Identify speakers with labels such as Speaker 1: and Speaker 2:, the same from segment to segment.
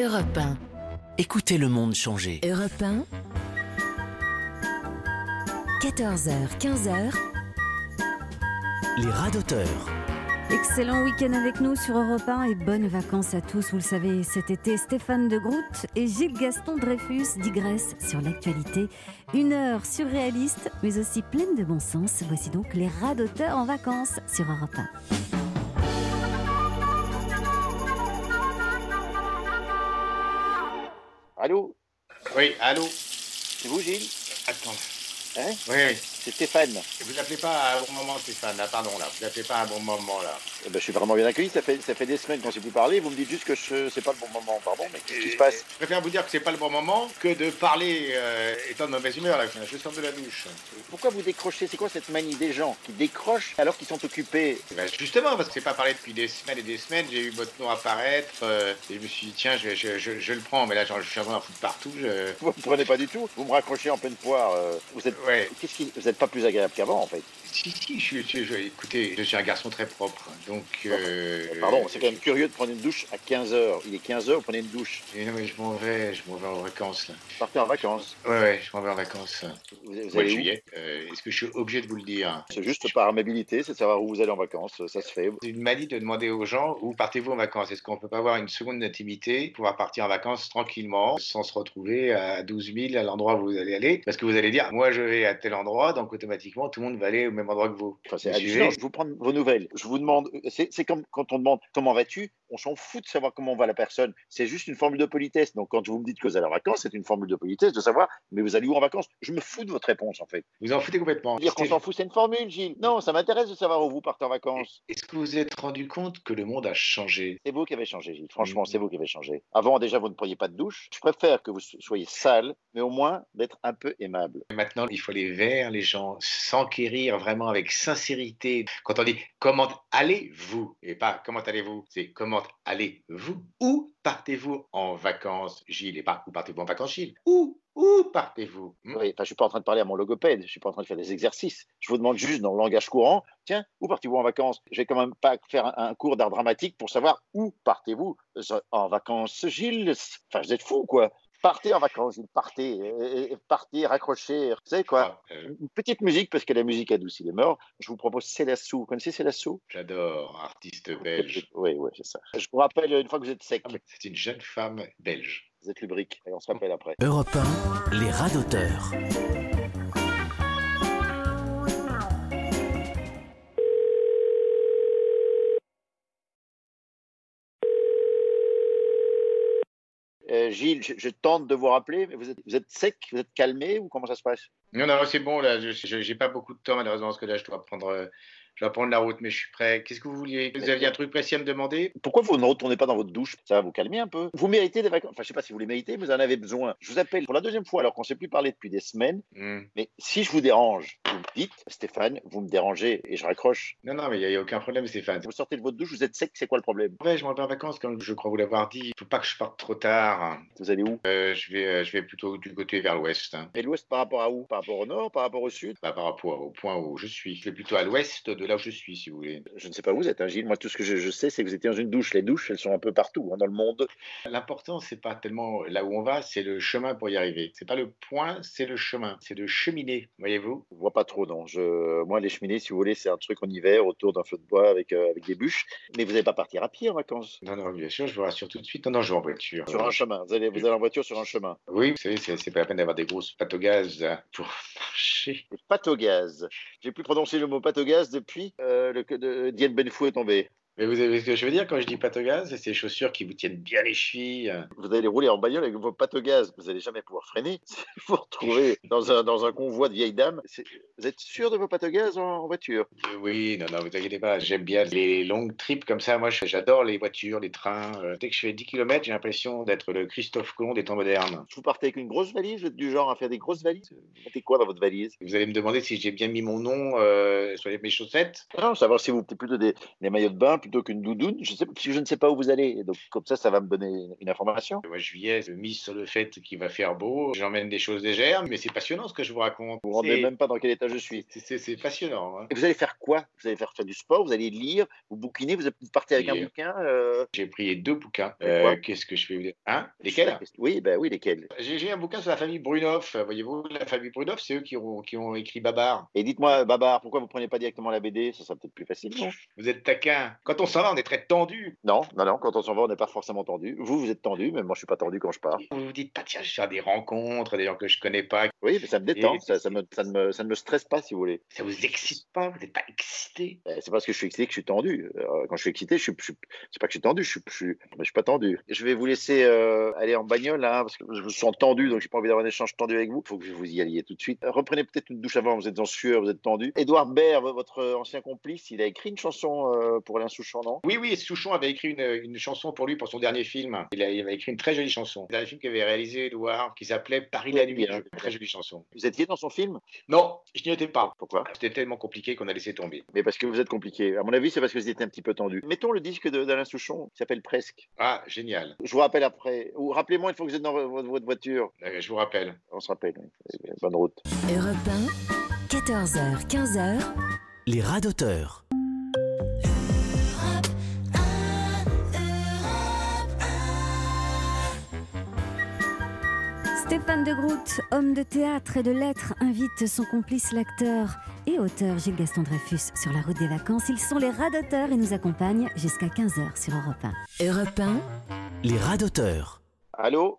Speaker 1: Europe 1.
Speaker 2: Écoutez le monde changer.
Speaker 1: Europe 1. 14h, 15h.
Speaker 2: Les rats d'auteur.
Speaker 3: Excellent week-end avec nous sur Europe 1 et bonnes vacances à tous. Vous le savez, cet été, Stéphane de Groot et Gilles Gaston Dreyfus digressent sur l'actualité. Une heure surréaliste, mais aussi pleine de bon sens. Voici donc les rats d'auteur en vacances sur Europe 1.
Speaker 4: Allô
Speaker 5: Oui, allô
Speaker 4: C'est vous, Gilles
Speaker 5: Attends.
Speaker 4: Hein
Speaker 5: Oui, oui.
Speaker 4: C'est Stéphane. Eh
Speaker 5: Vous n'appelez pas à un bon moment, Stéphane. Là, pardon, là. Vous n'appelez pas à un bon moment, là.
Speaker 4: Eh ben, je suis vraiment bien accueilli. Ça fait, ça fait des semaines qu'on s'est plus parlé. Vous me dites juste que je... c'est pas le bon moment. Pardon, mais qu'est-ce qui se passe
Speaker 5: Je préfère vous dire que c'est pas le bon moment que de parler euh, étant de mauvaise humeur, là. Je sors de la douche.
Speaker 4: Pourquoi vous décrochez C'est quoi cette manie des gens qui décrochent alors qu'ils sont occupés
Speaker 5: Eh ben, justement, parce que c'est pas parlé depuis des semaines et des semaines. J'ai eu votre nom apparaître. euh, et je me suis dit, tiens, je, je- je- je le prends. Mais là, j'en je suis en train d'en foutre partout. Je...
Speaker 4: Vous ne prenez pas du tout. Vous me raccrochez en pleine poire. euh, Vous êtes...
Speaker 5: Ouais.
Speaker 4: Qu'est-ce qui... Vous n'êtes pas plus agréable qu'avant, en fait.
Speaker 5: Si, si, je, suis- je- je- écoutez, je suis un garçon très propre. Donc. euh,
Speaker 4: Pardon, c'est quand même curieux de prendre une douche à 15h. Il est 15h, vous prenez une douche.
Speaker 5: Et non, mais je m'en vais, je m'en vais en vacances, là.
Speaker 4: Vous partez en vacances.
Speaker 5: Ouais, ouais, je m'en vais en vacances.
Speaker 4: Vous, vous
Speaker 5: Ouais,
Speaker 4: allez où
Speaker 5: juillet. Euh, Est-ce que je suis obligé de vous le dire
Speaker 4: C'est juste par amabilité, c'est de savoir où vous allez en vacances. Ça se fait.
Speaker 5: C'est une manie de demander aux gens où partez-vous en vacances Est-ce qu'on peut pas avoir une seconde d'intimité, pouvoir partir en vacances tranquillement, sans se retrouver à 12 000 à l'endroit où vous allez aller Parce que vous allez dire, moi je vais à tel endroit, donc automatiquement tout le monde va aller au même endroit que vous.
Speaker 4: Enfin, c'est
Speaker 5: Vous
Speaker 4: hallucinant.
Speaker 5: suivez
Speaker 4: Je vous prends vos nouvelles. Je vous demande. C'est c'est comme quand on demande comment vas-tu. On s'en fout de savoir comment va la personne. C'est juste une formule de politesse. Donc, quand vous me dites que vous allez en vacances, c'est une formule de politesse de savoir. Mais vous allez où en vacances Je me fous de votre réponse en fait.
Speaker 5: Vous en foutez complètement.
Speaker 4: Dire qu'on s'en fout, c'est une formule, Gilles. Non, ça m'intéresse de savoir où vous partez en vacances.
Speaker 5: Est-ce que vous vous êtes rendu compte que le monde a changé
Speaker 4: C'est vous qui avez changé, Gilles. Franchement, c'est vous qui avez changé. Avant, déjà, vous ne preniez pas de douche. Je préfère que vous so- soyez sale, mais au moins d'être un peu aimable.
Speaker 5: Maintenant, il faut aller vers les gens, s'enquérir vraiment avec sincérité. Quand on dit comment allez-vous et pas comment allez-vous, c'est comment allez-vous. Où partez-vous en vacances, Gilles Et pas où partez-vous en vacances, Gilles Où Où partez-vous Hmm
Speaker 4: Oui, enfin, je suis pas en train de parler à mon logopède, je suis pas en train de faire des exercices. Je vous demande juste dans le langage courant, tiens, où partez-vous en vacances Je vais quand même pas faire un, un cours d'art dramatique pour savoir où partez-vous euh, en vacances, Gilles. Enfin, vous êtes fou, quoi. Partez en vacances, Gilles, partez, euh, euh, partez, raccrochez, vous savez quoi.
Speaker 5: Ah, euh,
Speaker 4: Une petite musique parce que la musique adoucit les morts. Je vous propose Célassou. Vous connaissez Célassou
Speaker 5: J'adore, artiste
Speaker 4: Oui,
Speaker 5: belge.
Speaker 4: oui, c'est ça. Je vous rappelle une fois que vous êtes sec,
Speaker 5: Ben, Ah, mais C'est une jeune femme belge.
Speaker 4: vous êtes lubrique, et on se rappelle après.
Speaker 2: Europe 1, les rats d'auteur.
Speaker 4: Euh, Gilles, je, je tente de vous rappeler, mais vous êtes, vous êtes sec, vous êtes calmé ou comment ça se passe
Speaker 5: Non, non, c'est bon, là, je- je- j'ai pas beaucoup de temps malheureusement, parce que là, je dois prendre, euh, je dois prendre la route, mais je suis prêt. Qu'est-ce que vous vouliez Vous aviez un truc précis à me demander
Speaker 4: Pourquoi vous ne retournez pas dans votre douche Ça va vous calmer un peu. Vous méritez des vacances. Enfin, je sais pas si vous les méritez, mais vous en avez besoin. Je vous appelle pour la deuxième fois, alors qu'on ne s'est plus parlé depuis des semaines.
Speaker 5: Hmm.
Speaker 4: Mais si je vous dérange, vous me dites, Stéphane, vous me dérangez et je raccroche.
Speaker 5: Non, non, mais il n'y a, y a aucun problème, Stéphane.
Speaker 4: Vous sortez de votre douche, vous êtes sec, c'est quoi le problème
Speaker 5: Ouais, je m'en vais en vacances, comme je crois vous l'avoir dit. Il faut pas que je parte trop tard.
Speaker 4: Vous allez où
Speaker 5: Euh, je, vais, euh, je vais plutôt du côté vers l'ouest, hein.
Speaker 4: Et l'ouest par rapport à où Par rapport au nord, par rapport au sud
Speaker 5: Bah, par rapport au point où je suis. Je vais plutôt à l'ouest de là où je suis, si vous voulez.
Speaker 4: Je ne sais pas où vous êtes, hein, Gilles. Moi, tout ce que je, je sais, c'est que vous étiez dans une douche. Les douches, elles sont un peu partout hein, dans le monde.
Speaker 5: L'important, c'est pas tellement là où on va, c'est le chemin pour y arriver. C'est pas le point, c'est le chemin. C'est de cheminer, voyez-vous.
Speaker 4: Je vois pas trop, non. Je... Moi, les cheminées, si vous voulez, c'est un truc en hiver autour d'un feu de bois avec, euh, avec des bûches. Mais vous n'allez pas partir à pied en vacances.
Speaker 5: Non, non, bien sûr, je vous rassure tout de suite. Non, non, je vais en voiture.
Speaker 4: Sur un chemin. Vous allez, vous allez en voiture sur un chemin.
Speaker 5: Oui, vous savez, c'est c'est pas la peine d'avoir des grosses pâtes au gaz hein, pour marcher.
Speaker 4: Le pathogaz. J'ai plus prononcé le mot pathogaz depuis euh, le, que de, Diane Benfou est tombée.
Speaker 5: Mais vous savez ce que je veux dire quand je dis pâte au gaz, c'est ces chaussures qui vous tiennent bien les chevilles. hein.
Speaker 4: Vous allez rouler en bagnole avec vos pathogaz. Vous n'allez jamais pouvoir freiner. Si vous vous retrouvez dans un, dans un convoi de vieilles dames, c'est- vous êtes sûr de vos pathogaz en, en voiture
Speaker 5: Euh, Oui, non, non, vous inquiétez pas, j'aime bien les longues trips comme ça. Moi, je- j'adore les voitures, les trains. Euh, Dès que je fais 10 km, j'ai l'impression d'être le Christophe Colomb des temps modernes.
Speaker 4: Vous partez avec une grosse valise Vous êtes du genre à faire des grosses valises Vous mettez quoi dans votre valise
Speaker 5: Vous allez me demander si j'ai bien mis mon nom euh, sur les- mes chaussettes.
Speaker 4: Ah Non, savoir si vous mettez plutôt des, des maillots de bain, plutôt qu'une doudoune, je, sais, parce que je ne sais pas où vous allez. Et donc, comme ça, ça va me donner une information.
Speaker 5: Le mois de juillet, je mise sur le fait qu'il va faire beau. J'emmène des choses légères, mais c'est passionnant ce que je vous raconte.
Speaker 4: Vous ne vous rendez
Speaker 5: C'est-
Speaker 4: même pas dans quel état je suis.
Speaker 5: c'est- C'est c'est passionnant. hein.
Speaker 4: Et vous allez faire quoi Vous allez faire, faire du sport, vous allez lire, vous bouquinez, vous vous partez avec un
Speaker 5: Lire.
Speaker 4: bouquin. euh,
Speaker 5: J'ai pris deux bouquins.
Speaker 4: Et quoi
Speaker 5: Euh, Qu'est-ce que je fais vous dire Hein
Speaker 4: c'est
Speaker 5: Lesquels
Speaker 4: la question. Oui, ben oui, lesquels
Speaker 5: J'ai j'ai un bouquin sur la famille Brunoff. Euh, Voyez-vous, la famille Brunoff, c'est eux qui ont, qui ont écrit Babar.
Speaker 4: Et dites-moi, Babar, pourquoi vous prenez pas directement la BD Ça serait peut-être plus facile, non
Speaker 5: Vous êtes taquin. Quand on s'en va, on est très tendu.
Speaker 4: Non, non, non, quand on s'en va, on n'est pas forcément tendu. Vous, vous êtes tendu, mais moi, je suis pas tendu quand je pars.
Speaker 5: Vous vous dites, pas tiens, je vais faire des rencontres, des gens que je connais pas.
Speaker 4: Oui, mais ça me détend,
Speaker 5: Et-
Speaker 4: ça, ça me, ça, ne me, ça ne me stresse pas, si vous voulez.
Speaker 5: Ça vous excite pas Vous n'êtes pas excité
Speaker 4: Euh, C'est parce que je suis excité que je suis tendu. Euh, Quand je suis excité, je suis, je suis- c'est pas que je suis tendu, je suis, je suis, mais je suis pas tendu. Je vais vous laisser euh, aller en bagnole, hein, parce que je vous sens tendu, donc j'ai pas envie d'avoir un échange tendu avec vous. Il faut que vous y alliez tout de suite. Euh, Reprenez peut-être une douche avant, vous êtes en sueur, vous êtes tendu. Édouard Baird, votre euh, ancien complice, il a écrit une chanson euh, pour Alain Souchon, non
Speaker 5: Oui, oui, Souchon avait écrit une, une chanson pour lui, pour son dernier film. Il, a- il avait écrit une très jolie chanson. Le dernier film qu'avait réalisé Edouard, qui s'appelait Paris la
Speaker 4: Oui,
Speaker 5: nuit.
Speaker 4: hein.
Speaker 5: Très jolie chanson.
Speaker 4: Vous étiez dans son film
Speaker 5: Non, je n'y étais pas.
Speaker 4: Pourquoi
Speaker 5: C'était tellement compliqué qu'on a laissé tomber.
Speaker 4: Mais parce que vous êtes compliqué. À mon avis, c'est parce que vous étiez un petit peu tendu. Mettons le disque de- d'Alain Souchon, qui s'appelle Presque.
Speaker 5: Ah, génial.
Speaker 4: Je vous rappelle après. Ou rappelez-moi une fois que vous êtes dans vo- votre, votre voiture.
Speaker 5: Euh, Je vous rappelle.
Speaker 4: On se rappelle. oui. Bonne route.
Speaker 1: Europe 1, 14h, 15h.
Speaker 2: Les rats d'auteur.
Speaker 3: Stéphane de Groot, homme de théâtre et de lettres, invite son complice l'acteur et auteur Gilles Gaston Dreyfus sur la route des vacances. Ils sont les rats d'auteur et nous accompagnent jusqu'à 15h sur Europe 1.
Speaker 1: Europe 1,
Speaker 2: Les rats d'auteur.
Speaker 4: Allô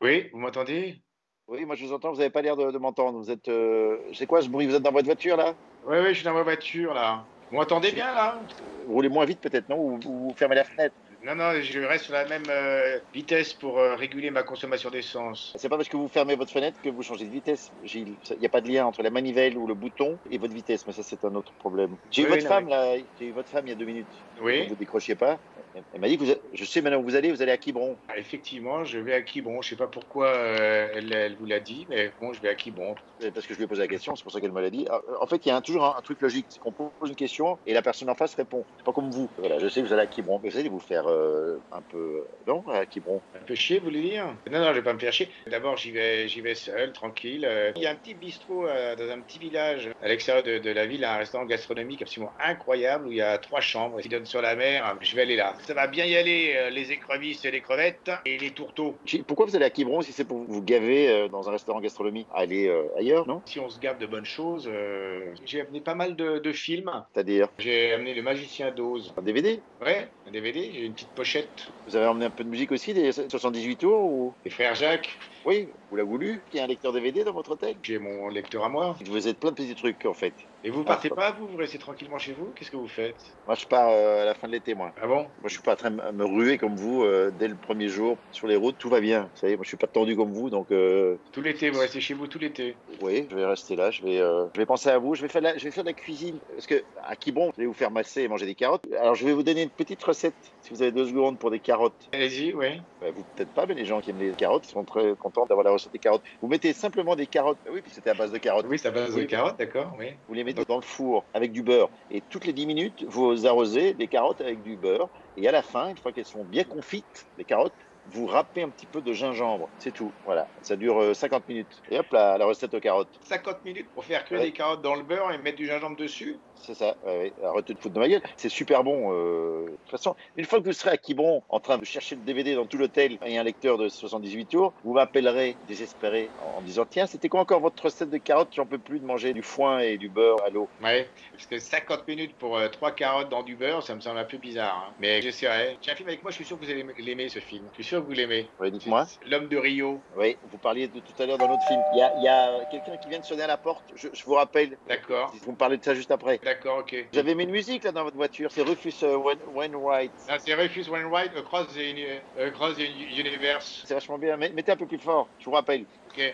Speaker 5: Oui, vous m'entendez
Speaker 4: Oui, moi je vous entends, vous n'avez pas l'air de, de m'entendre. Vous êtes. euh, C'est quoi ce bruit Vous êtes dans votre voiture là
Speaker 5: Oui, oui, je suis dans ma voiture là. Vous m'entendez bien là
Speaker 4: Vous roulez moins vite peut-être, non ou, ou vous fermez la fenêtre
Speaker 5: Non, non, je reste sur la même euh, vitesse pour euh, réguler ma consommation d'essence.
Speaker 4: C'est pas parce que vous fermez votre fenêtre que vous changez de vitesse, Gilles. Il n'y a pas de lien entre la manivelle ou le bouton et votre vitesse, mais ça c'est un autre problème. J'ai eu
Speaker 5: Oui,
Speaker 4: votre
Speaker 5: non,
Speaker 4: femme là, j'ai eu votre femme il y a deux minutes.
Speaker 5: Oui,
Speaker 4: Vous ne décrochiez pas. Elle- Elle m'a dit que vous. a- Je sais maintenant où vous allez, vous allez à Quiberon.
Speaker 5: Ah, effectivement, je vais à Quiberon. Je sais pas pourquoi euh, elle, elle vous l'a dit, mais bon, je vais à Quiberon.
Speaker 4: Euh, Parce que je lui ai posé la question, c'est pour ça qu'elle me l'a dit. Ah, euh, En fait, il y a un- toujours un, un truc logique, c'est qu'on pose une question et la personne en face répond. C'est pas comme vous. Voilà, je sais que vous allez à Quiberon, mais vous allez vous faire euh, un peu. Non, à Quiberon.
Speaker 5: Un peu chier, vous voulez dire Non, non, je vais pas me faire chier. D'abord, j'y vais, j'y vais seul, tranquille. Euh, Il y a un petit bistrot euh, dans un petit village à l'extérieur de, de la ville, un restaurant gastronomique absolument incroyable où il y a trois chambres qui donnent sur la mer. Ah, Je vais aller là. Ça va bien y aller, euh, les écrevisses et les crevettes et les tourteaux.
Speaker 4: Chi- Pourquoi vous allez à Quiberon si c'est pour vous gaver euh, dans un restaurant gastronomique Allez euh, ailleurs, non
Speaker 5: Si on se gave de bonnes choses, euh, j'ai amené pas mal de, de films.
Speaker 4: C'est-à-dire
Speaker 5: J'ai amené Le Magicien d'Oz.
Speaker 4: un DVD
Speaker 5: Ouais, un DVD, j'ai une petite pochette.
Speaker 4: Vous avez emmené un peu de musique aussi, des 78 tours ou...
Speaker 5: Les frères Jacques,
Speaker 4: Oui, vous l'avez voulu Il y a un lecteur DVD dans votre hôtel
Speaker 5: j'ai mon lecteur à moi.
Speaker 4: Je vous êtes plein de petits trucs en fait.
Speaker 5: Et vous partez Ah, pas, vous, vous restez tranquillement chez vous Qu'est-ce que vous faites
Speaker 4: Moi je pars euh, à la fin de l'été, moi.
Speaker 5: Ah bon
Speaker 4: Moi je suis pas en train de me ruer comme vous euh, dès le premier jour sur les routes, tout va bien. Vous savez, moi je suis pas tendu comme vous, donc euh,
Speaker 5: Tout l'été, vous restez chez vous tout l'été.
Speaker 4: oui, je vais rester là, je vais, euh, je vais penser à vous, je vais faire de la, je vais faire de la cuisine. Parce que à Quiberon, vous allez vous faire masser et manger des carottes. Alors je vais vous donner une petite recette, si vous avez deux secondes pour des carottes.
Speaker 5: Allez-y, oui.
Speaker 4: Bah, vous peut-être pas, mais les gens qui aiment les carottes sont très contents d'avoir la recette des carottes. Vous mettez simplement des carottes. bah Oui, puis c'était à base de carottes.
Speaker 5: Oui, ça base
Speaker 4: Oui.
Speaker 5: de carottes, d'accord, oui.
Speaker 4: Vous les mettez dans le four avec du beurre. Et toutes les 10 minutes, vous arrosez les carottes avec du beurre. Et à la fin, une fois qu'elles sont bien confites, les carottes, vous râpez un petit peu de gingembre. C'est tout. Voilà. Ça dure euh, 50 minutes. Et hop là, la recette aux carottes.
Speaker 5: 50 minutes pour faire cuire
Speaker 4: Ouais.
Speaker 5: des carottes dans le beurre et mettre du gingembre dessus
Speaker 4: C'est ça. Ouais, ouais. Arrêtez de foutre de ma gueule. C'est super bon. euh. De toute façon, une fois que vous serez à Quiberon en train de chercher le DVD dans tout l'hôtel et un lecteur de 78 tours, vous m'appellerez désespéré en- en disant Tiens, c'était quoi encore votre recette de carottes J'en peux plus de manger du foin et du beurre à l'eau.
Speaker 5: Ouais, parce que 50 minutes pour 3 carottes dans du beurre, ça me semble un peu bizarre. hein. Mais j'essaierai. J'ai un film avec moi, je suis sûr que vous allez l'aimer ce film. Je suis sûr que vous l'aimez.
Speaker 4: Ouais, Dites-moi.
Speaker 5: L'homme de Rio.
Speaker 4: Oui, vous parliez de tout à l'heure dans l'autre film. Il y a, il y a quelqu'un qui vient de sonner à la porte. Je, je vous rappelle.
Speaker 5: D'accord.
Speaker 4: Vous me parlez de ça juste après.
Speaker 5: D'accord, ok.
Speaker 4: Vous avez mis une musique là dans votre voiture. C'est Rufus euh, Wain- Wainwright.
Speaker 5: Ah, c'est Refuse Wainwright across the, uni- across the uni- universe.
Speaker 4: C'est vachement bien. Mais- Mettez un peu plus fort. Je vous rappelle.
Speaker 5: Ok.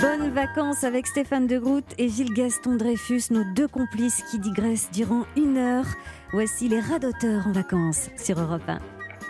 Speaker 3: Bonnes vacances avec Stéphane de Groot et Gilles Gaston Dreyfus, nos deux complices qui digressent durant une heure. Voici les rats d'auteur en vacances sur Europe 1.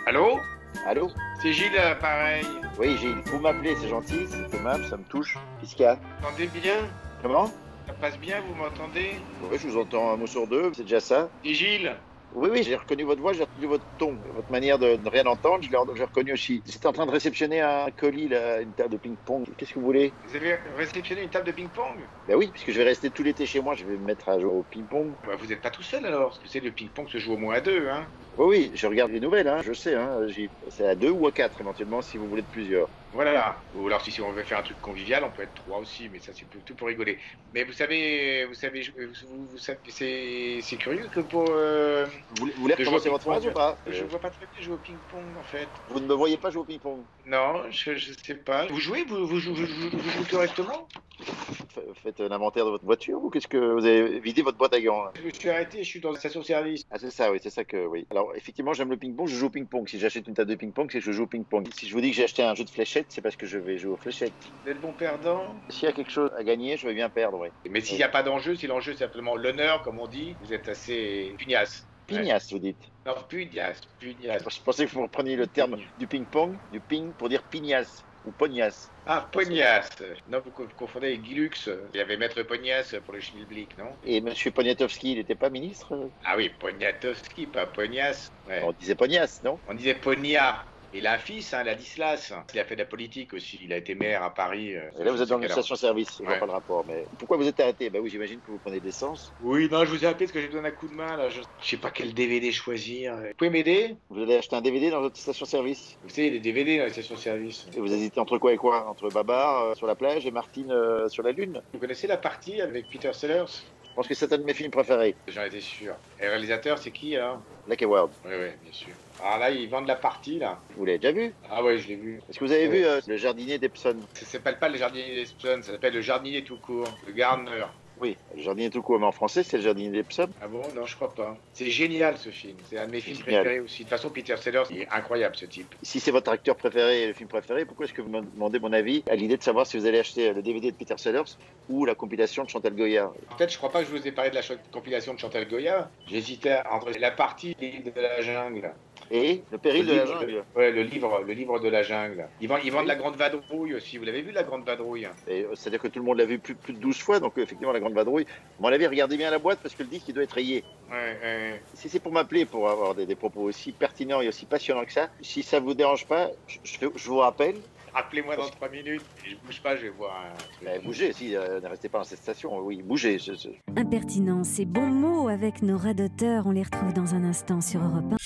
Speaker 5: Allô
Speaker 4: Allô
Speaker 5: C'est Gilles euh, à l'appareil.
Speaker 4: Oui, Gilles, vous m'appelez, c'est gentil, c'est aimable, ça me touche. Qu'est-ce qu'il y a
Speaker 5: Vous entendez bien
Speaker 4: Comment
Speaker 5: Ça passe bien, vous m'entendez
Speaker 4: Oui, je vous entends un mot sur deux, c'est déjà ça.
Speaker 5: C'est Gilles
Speaker 4: Oui, oui, j'ai reconnu votre voix, j'ai reconnu votre ton, votre manière de ne rien entendre, je l'ai j'ai reconnu aussi. J'étais en train de réceptionner un colis, là, une table de ping-pong. Qu'est-ce que vous voulez
Speaker 5: Vous avez réceptionné une table de ping-pong
Speaker 4: Ben oui, puisque je vais rester tout l'été chez moi, je vais me mettre à jouer au ping-pong.
Speaker 5: bah, Vous n'êtes pas tout seul alors, parce que c'est le ping-pong se joue au moins à deux. Hein.
Speaker 4: Oui, oui, je regarde les nouvelles, hein, je sais, hein, j'y- c'est à deux ou à quatre éventuellement si vous voulez de plusieurs.
Speaker 5: Voilà. Ou alors si, si on veut faire un truc convivial, on peut être trois aussi, mais ça c'est plutôt pour rigoler. Mais vous savez, vous savez, vous, vous savez c'est c'est curieux que pour... euh,
Speaker 4: Vous voulez, vous voulez
Speaker 5: De jouer
Speaker 4: recommencer
Speaker 5: au
Speaker 4: votre
Speaker 5: ping-pong,
Speaker 4: phrase ou pas
Speaker 5: Je
Speaker 4: Euh,
Speaker 5: vois pas très bien jouer au ping-pong en fait.
Speaker 4: Vous ne me voyez pas jouer au ping-pong
Speaker 5: Non, je, je sais pas. Vous jouez Vous, vous, jou- vous, jou- vous jouez correctement
Speaker 4: F- Faites un inventaire de votre voiture ou qu'est-ce que vous avez vidé votre boîte à gants hein
Speaker 5: Je me suis arrêté, je suis dans la station-service.
Speaker 4: Ah, c'est ça, oui, c'est ça que oui. Alors, effectivement, j'aime le ping-pong, je joue au ping-pong. Si j'achète une table de ping-pong, c'est que je joue au ping-pong. Si je vous dis que j'ai acheté un jeu de fléchettes, c'est parce que je vais jouer aux fléchettes.
Speaker 5: Vous êtes bon perdant
Speaker 4: S'il y a quelque chose à gagner, je vais bien perdre, oui.
Speaker 5: Mais s'il n'y a pas d'enjeu, si l'enjeu c'est simplement l'honneur, comme on dit, vous êtes assez pugnace.
Speaker 4: Pignasse, vous dites.
Speaker 5: Non, pugnace, pugnace.
Speaker 4: Je pensais que vous repreniez le terme du ping-pong, du ping, pour dire pignasse ou pognasse.
Speaker 5: Ah, pognasse. Non, vous co- vous confondez avec Guilux. Il y avait Maître Pognasse pour le schmilblick, non
Speaker 4: Et Monsieur Poniatowski, il n'était pas ministre euh
Speaker 5: Ah oui, Poniatowski, pas Pognasse. Ouais.
Speaker 4: On disait pognasse, non
Speaker 5: On disait Pogna. Il a un fils, hein, Ladislas. Il a fait de la politique aussi. Il a été maire à Paris. euh,
Speaker 4: Et là, vous êtes dans une
Speaker 5: Alors-
Speaker 4: station-service, je vois
Speaker 5: Ouais.
Speaker 4: pas le rapport. Mais pourquoi vous êtes arrêté Bah oui, j'imagine que vous prenez de l'essence.
Speaker 5: Oui, non, je vous ai appelé parce que j'ai besoin d'un coup de main. Là. Je je sais pas quel DVD choisir. Vous pouvez m'aider
Speaker 4: Vous allez acheter un DVD dans votre station-service
Speaker 5: Vous savez, les DVD dans les stations-service.
Speaker 4: et vous hésitez entre quoi et quoi Entre Babar euh, sur la plage et Martine euh, sur la lune
Speaker 5: Vous connaissez la partie avec Peter Sellers
Speaker 4: Je pense que c'est un de mes films préférés,
Speaker 5: J'en étais sûr. Et le réalisateur, c'est qui, alors
Speaker 4: Black World.
Speaker 5: Oui, oui, bien sûr. Ah là, ils vendent la partie, là.
Speaker 4: Vous l'avez déjà vu
Speaker 5: Ah ouais, je l'ai vu.
Speaker 4: Est-ce que vous avez
Speaker 5: Ouais.
Speaker 4: vu euh, Le Jardinier d'Epson
Speaker 5: Ça s'appelle pas le jardinier d'Espon, ça s'appelle le jardinier tout court, le gardener.
Speaker 4: Oui, Le Jardinier tout court, mais en français, c'est Le Jardinier d'Epson.
Speaker 5: Ah bon Non, je crois pas. C'est génial ce film. C'est un de mes films
Speaker 4: Génial.
Speaker 5: préférés aussi. De toute façon, Peter Sellers, il est incroyable ce type.
Speaker 4: Si c'est votre acteur préféré et le film préféré, pourquoi est-ce que vous me demandez mon avis à l'idée de savoir si vous allez acheter euh, le DVD de Peter Sellers ou la compilation de Chantal Goya
Speaker 5: Peut-être, je crois pas que je vous ai parlé de la ch- compilation de Chantal Goya. J'hésitais entre la partie L'île de la jungle.
Speaker 4: Et Le Péril de
Speaker 5: Le
Speaker 4: la
Speaker 5: livre-
Speaker 4: Jungle
Speaker 5: Ouais, le livre, le livre de la jungle. Ils vendent, ils vendent la grande vadrouille aussi. Vous l'avez vu, la grande vadrouille
Speaker 4: Et, euh, C'est-à-dire que tout le monde l'a vu plus, plus de 12 fois, donc euh, effectivement, La Grande Vadrouille. À mon avis, regardez bien la boîte parce que le disque, il doit être rayé.
Speaker 5: Ouais, ouais.
Speaker 4: Si c'est pour m'appeler, pour avoir des, des propos aussi pertinents et aussi passionnants que ça, si ça vous dérange pas, je, je- je vous rappelle,
Speaker 5: Rappelez-moi dans 3 minutes. Je bouge pas, je vais voir un truc.
Speaker 4: bah, bougez, si, euh, ne restez pas dans cette station, oui, bougez. je- je-
Speaker 3: Impertinence ces bons mots avec nos radoteurs, on les retrouve dans un instant sur Europe 1.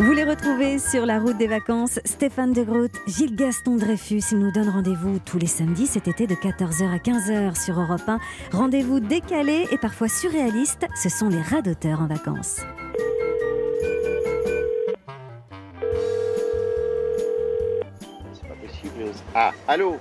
Speaker 3: Vous les retrouvez sur la route des vacances, Stéphane De Groot, Gilles Gaston Dreyfus, ils nous donnent rendez-vous tous les samedis cet été de 14h à 15h sur Europe 1. Rendez-vous décalé et parfois surréaliste, ce sont les radoteurs en vacances.
Speaker 4: C'est pas possible. Ah, allô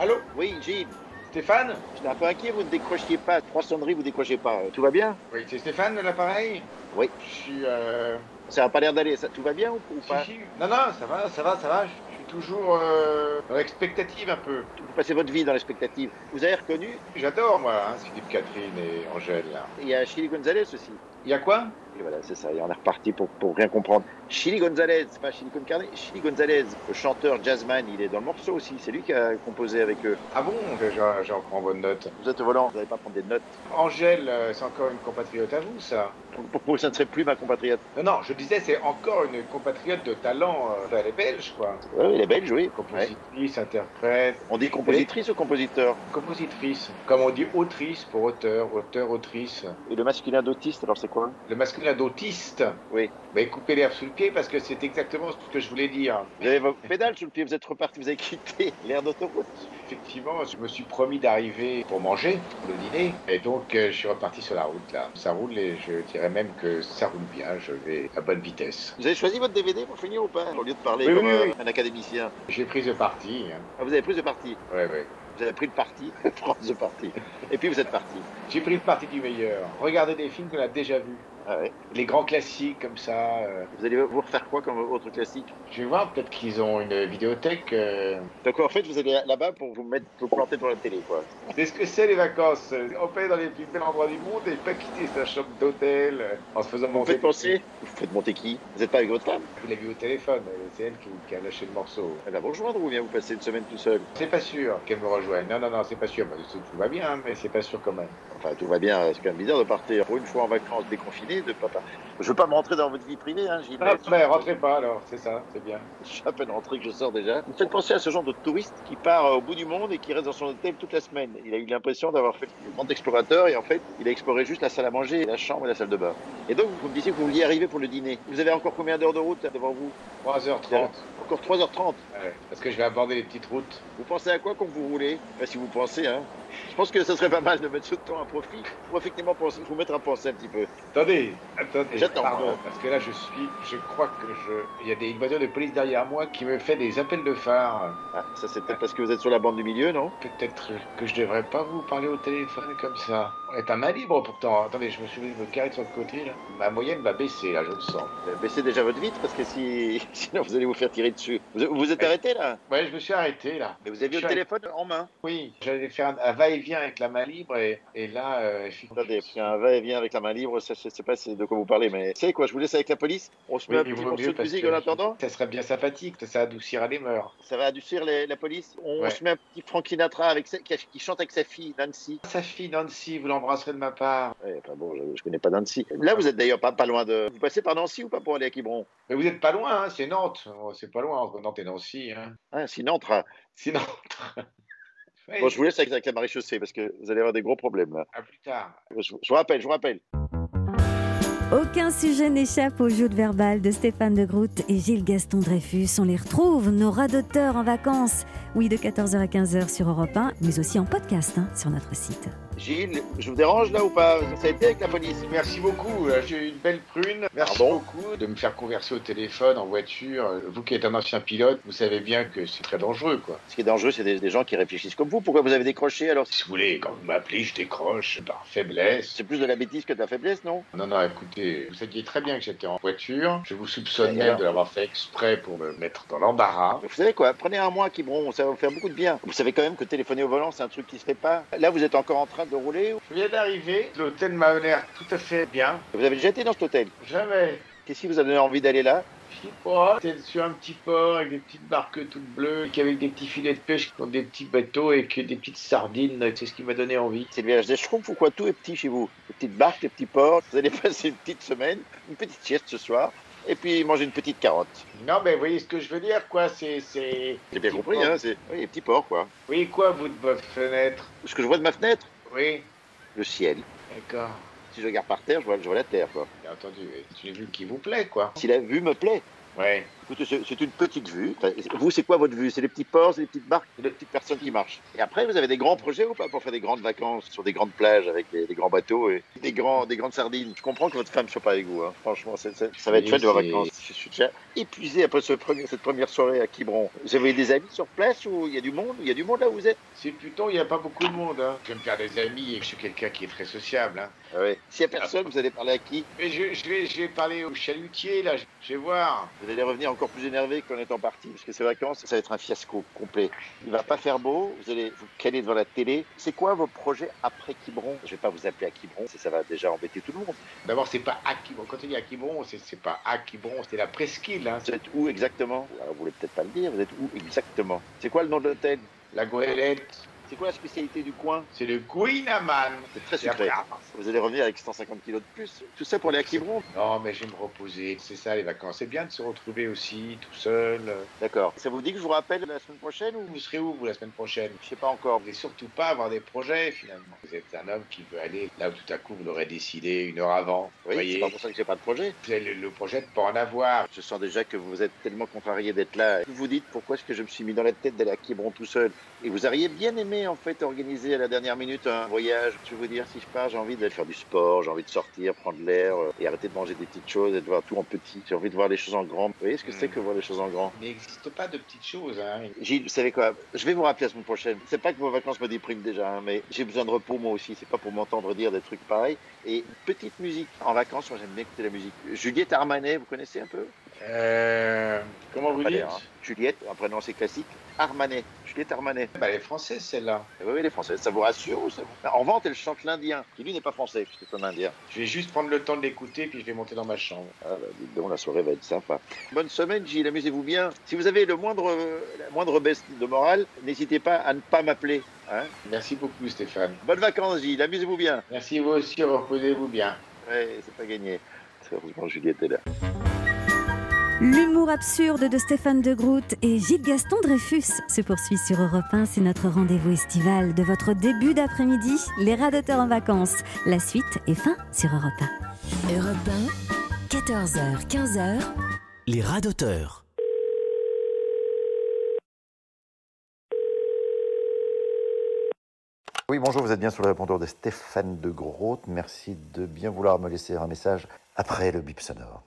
Speaker 5: Allô
Speaker 4: Oui, Gilles,
Speaker 5: Stéphane
Speaker 4: j'étais un peu inquiet, vous ne décrochiez pas. Trois sonneries, vous décrochez pas. Euh, Tout va bien
Speaker 5: Oui, c'est Stéphane de l'appareil
Speaker 4: Oui.
Speaker 5: Je suis. euh,
Speaker 4: Ça n'a pas l'air d'aller, ça, tout va bien ou, ou
Speaker 5: si,
Speaker 4: pas
Speaker 5: si. Non, non, ça va, ça va, ça va. Je suis toujours euh, dans l'expectative un peu.
Speaker 4: Vous passez votre vie dans l'expectative. Vous avez reconnu,
Speaker 5: J'adore, moi, hein, Philippe Catherine et Angèle. là.
Speaker 4: il y a Chili Gonzalez aussi.
Speaker 5: Il y a quoi
Speaker 4: Et voilà, c'est ça, et on est reparti pour, pour rien comprendre. Chili Gonzalez, c'est pas Chili con Carne, Chili Gonzalez, le chanteur jazzman, il est dans le morceau aussi, c'est lui qui a composé avec eux.
Speaker 5: Ah bon Je- je- J'en prends bonne note.
Speaker 4: Vous êtes au volant, vous n'allez pas prendre des notes.
Speaker 5: Angèle, euh, c'est encore une compatriote à vous, ça
Speaker 4: Donc, Pour vous, ça ne serait plus ma compatriote.
Speaker 5: Non, non, je disais, c'est encore une compatriote de talent. euh, elle est belge, quoi.
Speaker 4: Oui, il est belge, oui. Ouais.
Speaker 5: Compositrice, interprète,
Speaker 4: On dit compositrice ou compositeur
Speaker 5: compositrice. Comme on dit, autrice pour auteur, auteur, autrice.
Speaker 4: Et le masculin d'autiste, alors c'est quoi
Speaker 5: Le masculin d'autiste.
Speaker 4: Oui.
Speaker 5: Ben, coupez l'herbe sous le pied parce que c'est exactement ce que je voulais dire.
Speaker 4: Vous avez vos pédales sous le pied, vous êtes reparti, vous avez quitté l'air d'autoroute.
Speaker 5: Effectivement, je me suis promis d'arriver pour manger, pour le dîner. Et donc, euh, je suis reparti sur la route, là. Ça roule et je dirais même que ça roule bien. Je vais à bonne vitesse.
Speaker 4: Vous avez choisi votre DVD pour finir ou pas Au lieu de parler
Speaker 5: Oui,
Speaker 4: comme
Speaker 5: oui,
Speaker 4: euh,
Speaker 5: oui.
Speaker 4: un académicien.
Speaker 5: J'ai pris ce parti. hein.
Speaker 4: Ah, vous avez pris le parti.
Speaker 5: Ouais, ouais.
Speaker 4: Vous avez pris le parti, prendre ce parti. Et puis vous êtes parti.
Speaker 5: J'ai pris le parti du meilleur. Regardez des films qu'on a déjà vus.
Speaker 4: Ah ouais.
Speaker 5: Les grands classiques comme ça. euh,
Speaker 4: Vous allez vous refaire quoi comme autre classique
Speaker 5: Je vais voir, peut-être qu'ils ont une vidéothèque. euh.
Speaker 4: Donc en fait, vous allez là-bas pour vous mettre, vous planter devant la télé, quoi.
Speaker 5: C'est ce que c'est les vacances. On peut aller dans les plus bels endroits du monde et pas quitter sa chambre d'hôtel euh, en se faisant
Speaker 4: Vous
Speaker 5: monter.
Speaker 4: faites penser Vous faites monter qui Vous n'êtes pas avec votre femme
Speaker 5: Vous l'avez vu au téléphone, euh, c'est elle qui, qui a lâché le morceau.
Speaker 4: Elle va vous rejoindre ou bien vous passez une semaine tout seul
Speaker 5: C'est pas sûr qu'elle me rejoigne. Non, non, non, c'est pas sûr. Bah, tout, tout va bien, mais c'est pas sûr quand même.
Speaker 4: Enfin, tout va bien, c'est quand même bizarre de partir pour une fois en vacances déconfiné de papa. Je veux pas me rentrer dans votre vie privée, hein, Gilles.
Speaker 5: Ah, mais rentrez pas alors, c'est ça, c'est bien.
Speaker 4: Je suis à peine rentré que je sors déjà. Vous faites penser à ce genre de touriste qui part euh, au bout du monde et qui reste dans son hôtel toute la semaine. Il a eu l'impression d'avoir fait le grand explorateur et en fait, il a exploré juste la salle à manger, la chambre et la salle de bain. Et donc, vous me disiez que vous vouliez arriver pour le dîner. Vous avez encore combien d'heures de route là, devant vous
Speaker 5: 3h30.
Speaker 4: Encore 3h30.
Speaker 5: Ouais, parce que je vais aborder les petites routes.
Speaker 4: Vous pensez à quoi quand vous roulez Enfin, Si vous pensez, hein. Je pense que ce serait pas mal de mettre ce temps à profit pour effectivement penser, vous mettre à penser un petit peu.
Speaker 5: Attendez, attendez.
Speaker 4: J'attends.
Speaker 5: Pardon, parce que là je suis, je crois que je, il y a des, une voiture de police derrière moi qui me fait des appels de phare.
Speaker 4: Ah, ça c'est peut-être parce que vous êtes sur la bande du milieu, non
Speaker 5: Peut-être que je devrais pas vous parler au téléphone comme ça. On est à main libre pourtant. Attendez, je me suis mis le carré sur le côté là. Ma moyenne va baisser là, je le sens.
Speaker 4: Euh, Baissez déjà votre vitre parce que si... sinon vous allez vous faire tirer dessus. Vous vous êtes
Speaker 5: Ouais.
Speaker 4: arrêté là
Speaker 5: Ouais, je me suis arrêté là.
Speaker 4: Mais vous aviez
Speaker 5: Je
Speaker 4: le
Speaker 5: suis
Speaker 4: téléphone en main.
Speaker 5: Oui, j'allais faire un, un va-et-vient avec la main libre et, et là, euh, je suis.
Speaker 4: Attendez, parce qu'un va-et-vient avec la main libre, ça, je sais pas c'est de quoi vous parlez, mais c'est quoi Je vous laisse avec la police On se met
Speaker 5: Oui,
Speaker 4: un
Speaker 5: il
Speaker 4: petit
Speaker 5: vaut
Speaker 4: morceau
Speaker 5: mieux
Speaker 4: de
Speaker 5: parce
Speaker 4: musique
Speaker 5: que
Speaker 4: en attendant
Speaker 5: Ça serait bien sympathique, ça adoucira les mœurs.
Speaker 4: Ça va adoucir les- la police On
Speaker 5: Ouais.
Speaker 4: se met un petit Frankinatra avec sa- qui, qui chante avec sa fille, Nancy.
Speaker 5: Sa fille Nancy, vous l'embrasserez de ma part.
Speaker 4: Ouais, enfin bon, je, je connais pas Nancy. Là, vous êtes d'ailleurs pas, pas loin de. Vous passez par Nancy ou pas pour aller à Quiberon
Speaker 5: Mais vous n'êtes pas loin, hein, c'est Nantes. Oh, C'est pas loin entre Nantes et Nancy. Hein.
Speaker 4: Hein, sinon, tra-
Speaker 5: C'est Nantes. Ouais,
Speaker 4: Bon, je vous laisse avec, avec la maréchaussée parce que vous allez avoir des gros problèmes là.
Speaker 5: À plus tard.
Speaker 4: Je, je vous rappelle, je vous rappelle.
Speaker 3: Aucun sujet n'échappe au jeu de verbal de Stéphane de Groot et Gilles Gaston Dreyfus. On les retrouve, nos radoteurs en vacances. Oui, de 14h à 15h sur Europe 1, mais aussi en podcast hein, sur notre site.
Speaker 4: Gilles, je vous dérange là ou pas Ça a été avec la police
Speaker 5: Merci beaucoup, euh, j'ai eu une belle prune. Merci
Speaker 4: Pardon
Speaker 5: beaucoup de me faire converser au téléphone, en voiture. Euh, Vous qui êtes un ancien pilote, vous savez bien que c'est très dangereux, quoi.
Speaker 4: Ce qui est dangereux, c'est des, des gens qui réfléchissent comme vous. Pourquoi vous avez décroché alors
Speaker 5: Si vous voulez, quand vous m'appelez, je décroche par faiblesse.
Speaker 4: C'est plus de la bêtise que de la faiblesse, non
Speaker 5: Non, non, écoutez, vous saviez très bien que j'étais en voiture. Je vous soupçonne
Speaker 4: Et
Speaker 5: même
Speaker 4: alors
Speaker 5: de l'avoir fait exprès pour me mettre dans l'embarras.
Speaker 4: Vous savez quoi Prenez un mois qui bronze, ça va vous faire beaucoup de bien. Vous savez quand même que téléphoner au volant, c'est un truc qui se fait pas. Là, vous êtes encore en train de rouler.
Speaker 5: Je viens d'arriver, l'hôtel m'a l'air tout à fait bien.
Speaker 4: Vous avez déjà été dans cet hôtel.
Speaker 5: Jamais.
Speaker 4: Qu'est-ce qui vous a donné envie d'aller là
Speaker 5: Je sais pas, c'était sur un petit port avec des petites barques toutes bleues, qui avec des petits filets de pêche dans des petits bateaux et que des petites sardines, c'est ce qui m'a donné envie.
Speaker 4: C'est le village des Schtroumpfs ou quoi Tout est petit chez vous. Les petites barques, les petits ports. Vous allez passer une petite semaine, une petite sieste ce soir, et puis manger une petite carotte.
Speaker 5: Non mais vous voyez ce que je veux dire quoi, c'est... c'est...
Speaker 4: J'ai bien
Speaker 5: Petit
Speaker 4: compris,
Speaker 5: port.
Speaker 4: hein C'est oui, les petits ports, quoi.
Speaker 5: Oui quoi vous de votre fenêtre
Speaker 4: Ce que je vois de ma fenêtre,
Speaker 5: Oui,
Speaker 4: le ciel.
Speaker 5: d'accord.
Speaker 4: Si je regarde par terre, je vois, je vois la terre, quoi.
Speaker 5: Bien entendu, c'est une vue qui vous plaît quoi.
Speaker 4: Si la vue me plaît.
Speaker 5: Ouais.
Speaker 4: Écoutez, c'est c'est une petite vue. Enfin, Vous, c'est quoi votre vue C'est les petits ports, c'est les petites barques, c'est les petites personnes qui marchent. Et après, vous avez des grands projets ou pas pour faire des grandes vacances sur des grandes plages avec des, des grands bateaux et des, grands, des grandes sardines Je comprends que votre femme soit pas avec vous. hein. Franchement, c'est- c'est- ça va être
Speaker 5: Oui,
Speaker 4: chouette de vos
Speaker 5: c'est-
Speaker 4: vacances. Je suis déjà épuisé après ce premier, cette première soirée à Quiberon. Vous avez des amis sur place ou il y a du monde Il y a du monde là où vous êtes
Speaker 5: C'est plutôt, il n'y a pas beaucoup de monde. Hein. Je vais me faire des amis et je suis quelqu'un qui est très sociable. Hein.
Speaker 4: ah ouais. S'il n'y a personne, vous allez parler à qui
Speaker 5: Mais je, je vais, je vais parler au chalutier là, je je vais voir.
Speaker 4: Vous allez revenir encore plus énervé qu'en étant parti, parce que ces vacances, ça va être un fiasco complet. Il va pas faire beau, vous allez vous caler devant la télé. C'est quoi vos projets après Quiberon Je vais pas vous appeler à Quiberon, ça, ça va déjà embêter tout le monde.
Speaker 5: D'abord, c'est pas à Quiberon. Quand on dit à Quiberon, c'est c'est pas à Quiberon, c'est la presqu'île. Hein.
Speaker 4: Vous êtes où exactement Alors, Vous voulez peut-être pas le dire, vous êtes où exactement C'est quoi le nom de l'hôtel
Speaker 5: La goélette,
Speaker 4: C'est quoi la spécialité du coin
Speaker 5: c'est le Guinaman.
Speaker 4: C'est très
Speaker 5: C'est après- ah,
Speaker 4: sucré. Vous allez revenir avec 150 kilos de plus. Tout ça pour aller à Quiberon
Speaker 5: Non, mais je vais me reposer. C'est ça les vacances. C'est bien de se retrouver aussi, tout seul. euh,
Speaker 4: D'accord. Ça vous dit que je vous rappelle la semaine prochaine ou
Speaker 5: Vous serez où, vous, la semaine prochaine
Speaker 4: Je sais pas encore.
Speaker 5: Vous n'allez surtout pas avoir des projets, finalement. Vous êtes un homme qui veut aller là où tout à coup vous l'aurez décidé une heure avant. Vous
Speaker 4: Oui, c'est
Speaker 5: voyez,
Speaker 4: pas pour ça que j'ai pas de projet.
Speaker 5: vous avez le, le projet de pas en avoir.
Speaker 4: Ah, Je sens déjà que vous êtes tellement contrarié d'être là. Vous vous dites pourquoi est-ce que je me suis mis dans la tête d'aller à Quiberon tout seul. Et vous auriez bien aimé jamais en fait organisé à la dernière minute un voyage. Je veux dire, si je pars, j'ai envie d'aller faire du sport, j'ai envie de sortir, prendre l'air euh, et arrêter de manger des petites choses et de voir tout en petit. J'ai envie de voir les choses en grand. Vous voyez ce que c'est que voir les choses en grand
Speaker 6: Il n'existe pas de petites choses. Hein.
Speaker 4: Gilles, vous savez quoi Je vais vous rappeler la semaine prochaine. C'est pas que vos vacances me dépriment déjà, hein, mais j'ai besoin de repos moi aussi. C'est pas pour m'entendre dire des trucs pareils. Et petite musique. En vacances, moi j'aime bien écouter la musique. Juliette Armanet, vous connaissez un peu
Speaker 6: Euh, comment vous
Speaker 4: Pas
Speaker 6: dites
Speaker 4: l'air, hein. Juliette, un prénom assez classique. Armanet. Juliette Armanet.
Speaker 5: Ah,
Speaker 4: Eh
Speaker 6: bah, Elle est française, celle-là.
Speaker 4: Oui, oui, les Françaises, ça vous rassure ou ça vous... Ah, En vente, elle chante l'Indien, qui lui n'est pas français, puisque c'est un Indien.
Speaker 6: Je vais juste prendre le temps de l'écouter, puis je vais monter dans ma chambre.
Speaker 4: Ah, bah, dites donc, la soirée va être sympa. Bonne semaine, Gilles, amusez-vous bien. Si vous avez le moindre, la moindre baisse de morale, n'hésitez pas à ne pas m'appeler. hein.
Speaker 6: Merci beaucoup, Stéphane.
Speaker 4: Bonnes vacances, Gilles, amusez-vous bien.
Speaker 6: Merci vous aussi, reposez-vous bien.
Speaker 4: Ouais, c'est pas gagné. Heureusement, Juliette est là.
Speaker 3: L'humour absurde de Stéphane de Groot et Gilles Gaston Dreyfus se poursuit sur Europe 1. C'est notre rendez-vous estival de votre début d'après-midi, les radoteurs en vacances. La suite et fin sur Europe 1.
Speaker 7: Europe 1, 14h, 15h.
Speaker 2: Les rats d'auteur.
Speaker 4: Oui, bonjour, vous êtes bien sur le répondeur de Stéphane de Groot. Merci de bien vouloir me laisser un message après le bip sonore.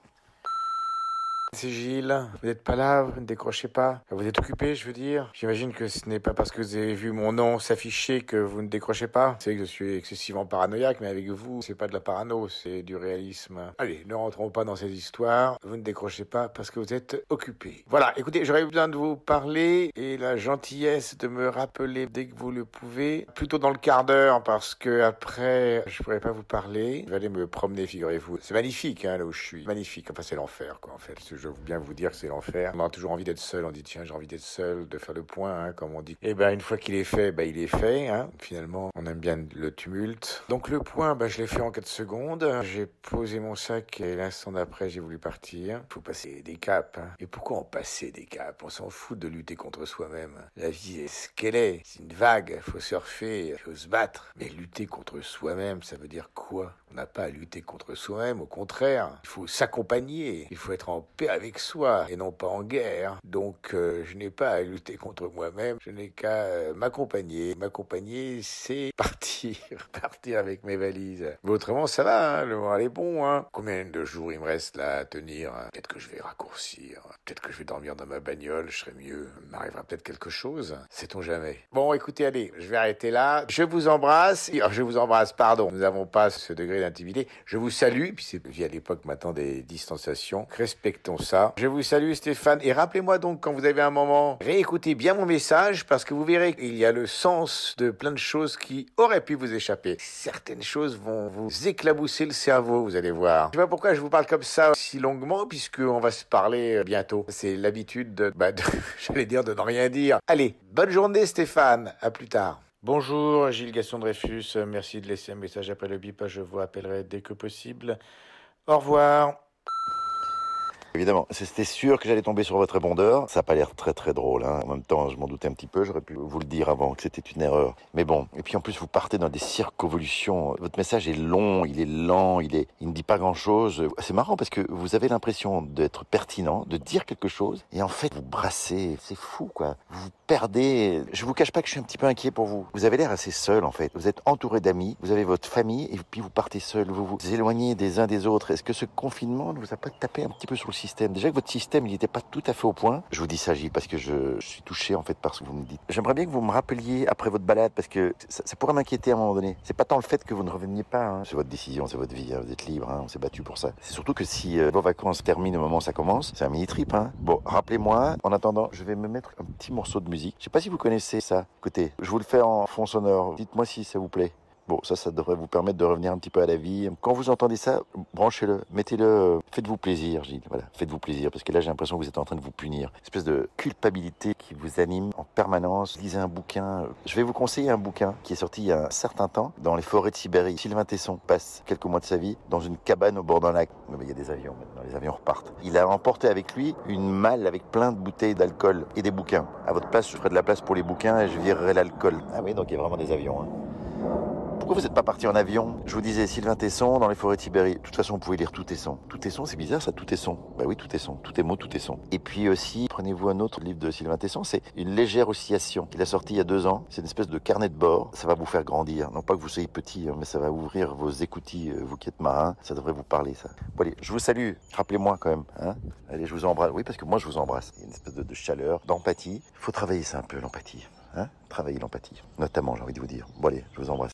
Speaker 5: C'est Gilles, vous n'êtes pas là, vous ne décrochez pas, vous êtes occupé, je veux dire. J'imagine que ce n'est pas parce que vous avez vu mon nom s'afficher que vous ne décrochez pas. C'est que je suis excessivement paranoïaque, mais avec vous, c'est pas de la parano, c'est du réalisme. Allez, ne rentrons pas dans ces histoires. Vous ne décrochez pas parce que vous êtes occupé. Voilà, écoutez, j'aurais besoin de vous parler et la gentillesse de me rappeler dès que vous le pouvez, plutôt dans le quart d'heure, parce que après, je pourrais pas vous parler. Je vais aller me promener, figurez-vous. C'est magnifique, hein, là où je suis. Magnifique. Enfin, c'est l'enfer, quoi, en fait. Je veux bien vous dire que c'est l'enfer. On a toujours envie d'être seul. On dit, tiens, j'ai envie d'être seul, de faire le point, hein, comme on dit. Et ben, une fois qu'il est fait, ben, il est fait, hein. Finalement, on aime bien le tumulte. Donc, le point, ben, je l'ai fait en 4 secondes. J'ai posé mon sac et l'instant d'après, j'ai voulu partir. Faut passer des caps, hein. Et pourquoi en passer des caps? On s'en fout de lutter contre soi-même. La vie est ce qu'elle est. C'est une vague. Faut surfer. Faut se battre. Mais lutter contre soi-même, ça veut dire quoi? On n'a pas à lutter contre soi-même. Au contraire, il faut s'accompagner. Il faut être en paix avec soi et non pas en guerre. Donc, euh, je n'ai pas à lutter contre moi-même. Je n'ai qu'à euh, m'accompagner. M'accompagner, c'est partir. partir avec mes valises. Mais autrement, ça va. hein, le moral est bon. hein. Combien de jours il me reste là à tenir hein Peut-être que je vais raccourcir. Peut-être que je vais dormir dans ma bagnole. Je serai mieux. Il m'arrivera peut-être quelque chose. Sait-on jamais. Bon, écoutez, allez, je vais arrêter là. Je vous embrasse. Ah, Je vous embrasse, pardon. Nous n'avons pas ce degré d'intimité. Je vous salue. Puis c'est via l'époque maintenant des distanciations. Respectons ça. Je vous salue, Stéphane. Et rappelez-moi donc quand vous avez un moment, réécoutez bien mon message parce que vous verrez qu'il y a le sens de plein de choses qui auraient pu vous échapper. Certaines choses vont vous éclabousser le cerveau, vous allez voir. Je sais pas pourquoi je vous parle comme ça si longuement puisqu'on va se parler euh, bientôt. C'est l'habitude de, bah, de- j'allais dire de ne rien dire. Allez, bonne journée, Stéphane. À plus tard. Bonjour, Gilles Gaston Dreyfus. Merci de laisser un message après le bip. Je vous appellerai dès que possible. Au revoir.
Speaker 4: Évidemment, c'était sûr que j'allais tomber sur votre répondeur. Ça n'a pas l'air très très drôle. hein. En même temps, je m'en doutais un petit peu. J'aurais pu vous le dire avant que c'était une erreur. Mais bon. Et puis en plus, vous partez dans des circonvolutions. Votre message est long, il est lent, il est, il ne dit pas grand chose. C'est marrant parce que vous avez l'impression d'être pertinent, de dire quelque chose, et en fait, vous brassez. C'est fou, quoi. Vous vous perdez. Je vous cache pas que je suis un petit peu inquiet pour vous. Vous avez l'air assez seul, en fait. Vous êtes entouré d'amis, vous avez votre famille, et puis vous partez seul. Vous vous éloignez des uns des autres. Est-ce que ce confinement ne vous a pas tapé un petit peu sur le système Déjà que votre système, il n'était pas tout à fait au point. Je vous dis ça, Gilles, parce que je, je suis touché, en fait, par ce que vous me dites. J'aimerais bien que vous me rappeliez après votre balade, parce que ça, ça pourrait m'inquiéter à un moment donné. C'est pas tant le fait que vous ne reveniez pas. hein. C'est votre décision, c'est votre vie. hein. Vous êtes libre, hein. on s'est battu pour ça. C'est surtout que si euh, vos vacances terminent au moment où ça commence, c'est un mini trip. Hein. Bon, rappelez-moi. En attendant, je vais me mettre un petit morceau de musique. Je sais pas si vous connaissez ça. Écoutez, je vous le fais en fond sonore. Dites-moi si ça vous plaît. Bon, ça, ça devrait vous permettre de revenir un petit peu à la vie. Quand vous entendez ça, branchez-le, mettez-le, euh, faites-vous plaisir, Gilles. Voilà, faites-vous plaisir, parce que là, j'ai l'impression que vous êtes en train de vous punir. Espèce de culpabilité qui vous anime en permanence. Lisez un bouquin. Je vais vous conseiller un bouquin qui est sorti il y a un certain temps dans les forêts de Sibérie. Sylvain Tesson passe quelques mois de sa vie dans une cabane au bord d'un lac. Mais il y a des avions maintenant, les avions repartent. Il a emporté avec lui une malle avec plein de bouteilles d'alcool et des bouquins. À votre place, je ferai de la place pour les bouquins et je virerai l'alcool. Ah oui, donc il y a vraiment des avions. hein. Pourquoi
Speaker 8: Pourquoi vous n'êtes pas parti en avion Je vous disais Sylvain Tesson dans les forêts de Sibérie. De toute façon, vous pouvez lire tout Tesson. Tout Tesson, c'est bizarre ça, tout Tesson. Bah oui, tout Tesson. Tout est mot, tout Tesson. Et puis aussi, prenez-vous un autre livre de Sylvain Tesson, c'est Une légère oscillation qu'il a sorti il y a deux ans. C'est une espèce de carnet de bord. Ça va vous faire grandir. Non pas que vous soyez petit, hein, mais ça va ouvrir vos écoutilles, euh, vous qui êtes marin. Ça devrait vous parler, ça. Bon, allez, je vous salue. Rappelez-moi quand même. Hein allez, je vous embrasse. Oui, parce que moi, je vous embrasse. Il y a une espèce de, de chaleur, d'empathie. Il faut travailler ça un peu, l'empathie. Hein Travailler l'empathie. Notamment, j'ai envie de vous dire. Bon, allez, je vous embrasse.